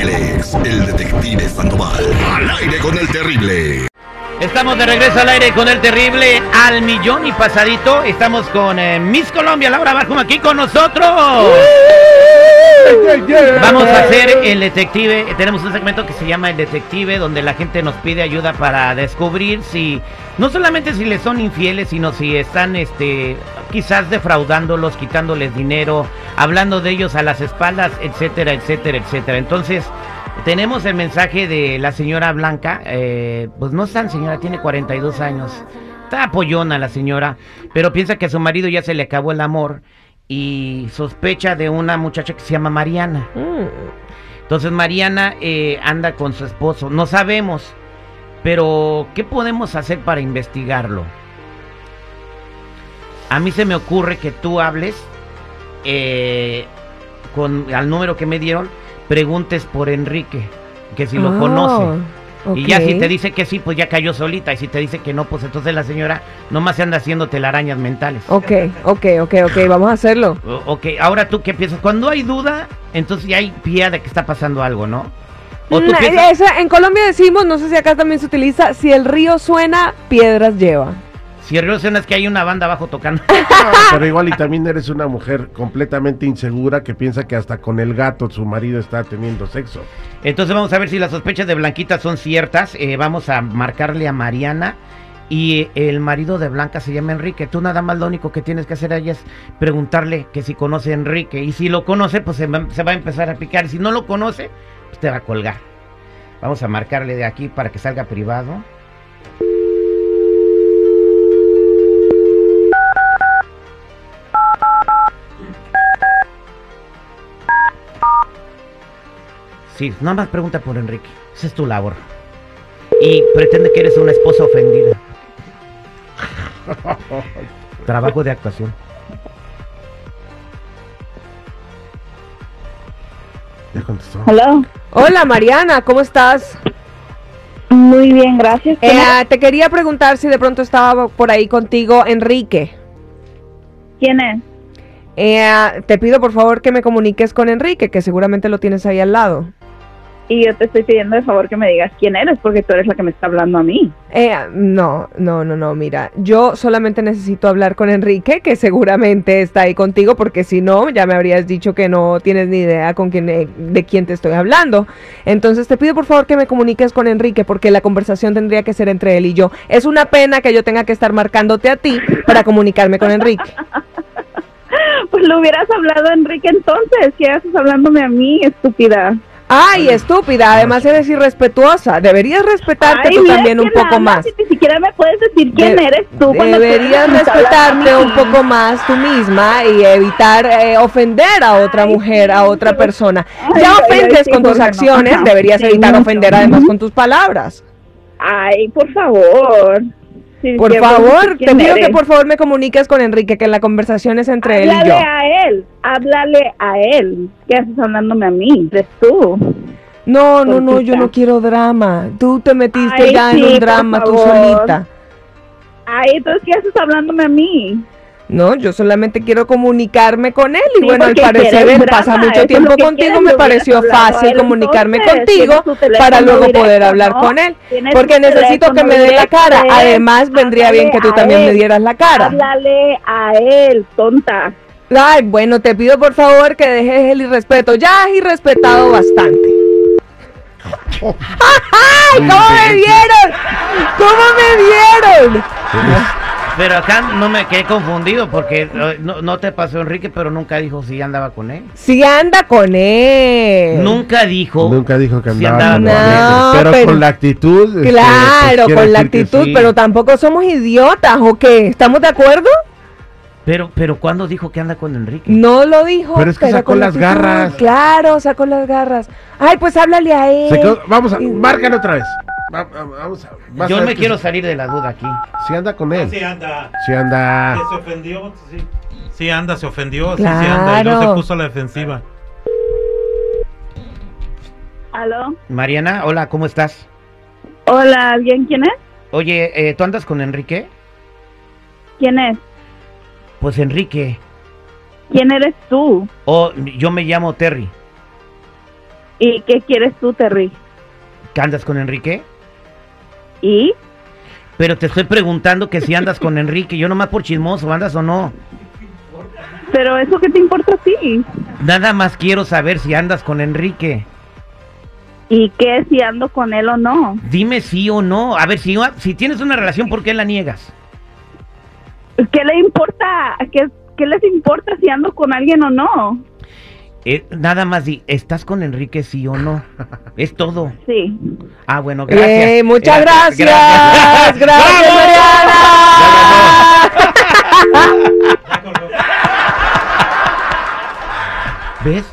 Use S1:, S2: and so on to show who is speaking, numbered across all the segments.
S1: Él es el detective Sandoval. Al aire con el terrible.
S2: Estamos de regreso al aire con el terrible al millón y pasadito. Estamos con eh, Miss Colombia, Laura Bajum, aquí con nosotros. Vamos a hacer el detective. eh, Tenemos un segmento que se llama El Detective, donde la gente nos pide ayuda para descubrir si, no solamente si les son infieles, sino si están este, quizás defraudándolos, quitándoles dinero, hablando de ellos a las espaldas, etcétera, etcétera, etcétera. Entonces, tenemos el mensaje de la señora Blanca. eh, pues no es tan señora, tiene 42 años. Está apoyona la señora, pero piensa que a su marido ya se le acabó el amor y sospecha de una muchacha que se llama Mariana.
S3: Mm.
S2: Entonces Mariana eh, anda con su esposo. No sabemos, pero ¿qué podemos hacer para investigarlo? A mí se me ocurre que tú hables eh, con al número que me dieron, preguntes por Enrique, que si
S3: Ah, Oh.
S2: lo conoce. Y ya si te dice que sí, pues ya cayó solita. Y si te dice que no, pues entonces la señora nomás se anda haciendo telarañas mentales.
S3: Ok, ok, ok, ok, vamos a hacerlo.
S2: O- Ok, ahora tú qué piensas. Cuando hay duda, entonces ya hay pía de que está pasando algo, ¿no? O tú
S3: Mm,
S2: piensas,
S3: esa- en Colombia decimos, no sé si acá también se utiliza, si el río suena, piedras lleva.
S2: si el río suena es que hay una banda abajo tocando.
S3: ¡Ah!
S4: Pero igual y también eres una mujer completamente insegura que piensa que hasta con el gato su marido está teniendo sexo.
S2: Entonces vamos a ver si las sospechas de Blanquita son ciertas. Eh, vamos a marcarle a Mariana. Y eh, el marido de Blanca se llama Enrique. Tú nada más lo único que tienes que hacer ahí es preguntarle que si conoce a Enrique. Y si lo conoce, pues se va, se va a empezar a picar. Y si no lo conoce, pues te va a colgar. Vamos a marcarle de aquí para que salga privado. Sí, nada más pregunta por Enrique. Esa es tu labor. Y pretende que eres una esposa ofendida. Trabajo de actuación.
S4: Ya contestó.
S5: Hola,
S3: Hola Mariana, ¿cómo estás?
S5: muy bien, gracias.
S3: Eh, ah, te quería preguntar si de pronto estaba por ahí contigo Enrique.
S5: ¿Quién es?
S3: Eh, ah, te pido por favor que me comuniques con Enrique, que seguramente lo tienes ahí al lado.
S5: Y yo te estoy pidiendo de favor que me digas quién eres, porque tú eres la que me está hablando a mí.
S3: Eh, no, no, no, no, mira, yo solamente necesito hablar con Enrique, que seguramente está ahí contigo, porque si no, ya me habrías dicho que no tienes ni idea con quién, eh, de quién te estoy hablando. Entonces te pido por favor que me comuniques con Enrique, porque la conversación tendría que ser entre él y yo. Es una pena que yo tenga que estar marcándote a ti para comunicarme con Enrique.
S5: Pues lo hubieras hablado a Enrique entonces, ¿qué haces hablándome a mí, estúpida?
S3: Ay, estúpida, además eres irrespetuosa, deberías respetarte
S5: Ay,
S3: tú
S5: mira
S3: también un
S5: quién
S3: poco
S5: hablas
S3: más.
S5: y ni siquiera me puedes decir quién
S3: De-
S5: eres tú. cuando tú eres la
S3: Deberías
S5: que me está hablando
S3: respetarte
S5: a
S3: un
S5: mí.
S3: poco más tú misma y evitar eh, ofender a otra
S5: Ay,
S3: mujer, a
S5: sí,
S3: otra
S5: sí.
S3: persona.
S5: Ay,
S3: ya
S5: ay,
S3: ofendes
S5: ay, sí,
S3: con tus
S5: Jorge, no.
S3: acciones,
S5: Ajá,
S3: deberías
S5: sí,
S3: evitar
S5: mucho.
S3: ofender además con tus palabras.
S5: Ay, por favor. Sí,
S3: Por
S5: que-
S3: favor, te
S5: ¿quién
S3: pido
S5: eres?
S3: que por favor me comuniques con Enrique, que la conversación es entre él y
S5: háblale
S3: yo.
S5: a él, háblale a él. ¿Qué haces hablándome a mí? Eres tú.
S3: No, no, no, yo
S5: Cortita.
S3: no quiero drama. Tú te metiste
S5: Ay,
S3: ya en
S5: sí,
S3: un
S5: por
S3: drama tú
S5: favor.
S3: solita.
S5: Ay, entonces, ¿qué haces hablándome a mí?
S3: No, yo solamente quiero comunicarme con él y
S5: Sí,
S3: bueno, al
S5: porque
S3: parecer
S5: quieres
S3: él
S5: drama,
S3: pasa
S5: eso
S3: mucho
S5: es
S3: tiempo
S5: lo que
S3: contigo,
S5: quieres,
S3: me
S5: lo
S3: pareció
S5: hubieras hablado a
S3: fácil
S5: él,
S3: comunicarme
S5: entonces,
S3: contigo
S5: tienes tu
S3: para
S5: teléfono
S3: luego poder
S5: directo,
S3: hablar
S5: ¿no?
S3: con él,
S5: Tienes
S3: porque
S5: tu
S3: necesito que
S5: teléfono
S3: me dé la
S5: directo
S3: cara,
S5: de él,
S3: además vendría bien que tú
S5: háblale
S3: también
S5: a
S3: me
S5: él,
S3: dieras la cara.
S5: Háblale a él, tonta.
S3: Ay, bueno, te pido por favor que dejes el irrespeto, ya has irrespetado bastante. ¡Ay, cómo me vieron! ¿Cómo me vieron?
S2: Pero acá no me quedé confundido porque eh, no, no te pasó Enrique, pero nunca dijo si andaba con él.
S3: Si anda con él.
S2: Nunca dijo.
S4: Nunca dijo que
S2: Sí
S4: andaba con
S2: andaba
S3: con
S4: Enrique,
S3: No,
S4: pero,
S3: pero-
S4: con la actitud. este, pues,
S3: Claro,
S4: quiere
S3: con la
S4: decir que
S3: actitud,
S4: sí.
S3: pero tampoco somos idiotas, ¿o qué? ¿Estamos de acuerdo?
S2: Pero, pero ¿cuándo dijo que anda con Enrique?
S3: No lo dijo.
S4: Pero es que sacó
S3: con la
S4: las
S3: actitud.
S4: garras.
S3: Claro, sacó las garras. Ay, pues háblale a él.
S4: Se quedó- vamos a. Márcalo otra vez. Va- va- vamos a- vas a
S2: Yo
S4: ver
S2: me
S4: que
S2: quiero Ah,
S4: si-
S2: salir de la duda aquí.
S4: Si anda con
S6: No,
S4: él.
S6: Ah, sí anda.
S4: Si anda.
S6: Que se ofendió, sí. Sí anda, se ofendió, sí, sí anda. Y no
S3: Claro.
S6: se puso a la defensiva.
S5: ¿Aló?
S2: Mariana, hola, ¿cómo estás?
S5: Hola, ¿alguien quién es?
S2: Oye, eh, ¿tú andas con Enrique?
S5: ¿Quién es?
S2: Pues Enrique.
S5: ¿Quién eres tú?
S2: O yo me llamo Terry.
S5: ¿Y qué quieres tú, Terry?
S2: ¿Que andas con Enrique?
S5: ¿Y?
S2: Pero te estoy preguntando que si andas con Enrique, yo nomás por chismoso, ¿andas o no?
S5: ¿Pero eso qué te importa a ti?
S2: Nada más quiero saber si andas con Enrique.
S5: ¿Y qué si ando con él o no?
S2: Dime sí o no. A ver, si, si tienes una relación, ¿por qué la niegas?
S5: ¿Qué le importa? ¿Qué, qué les importa si ando con alguien o no?
S2: Eh, nada más di, ¿estás con Enrique sí o no? Es todo.
S5: Sí.
S2: Ah, bueno, gracias.
S3: Eh, muchas gracias. Gracias, Mariana.
S2: ¿Ves?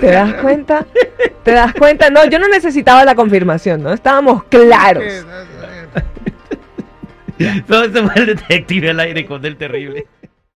S3: ¿Te das cuenta? ¿Te das cuenta? No, yo no necesitaba la confirmación, ¿no? Estábamos claros.
S2: Todo este fue el detective al aire con el terrible.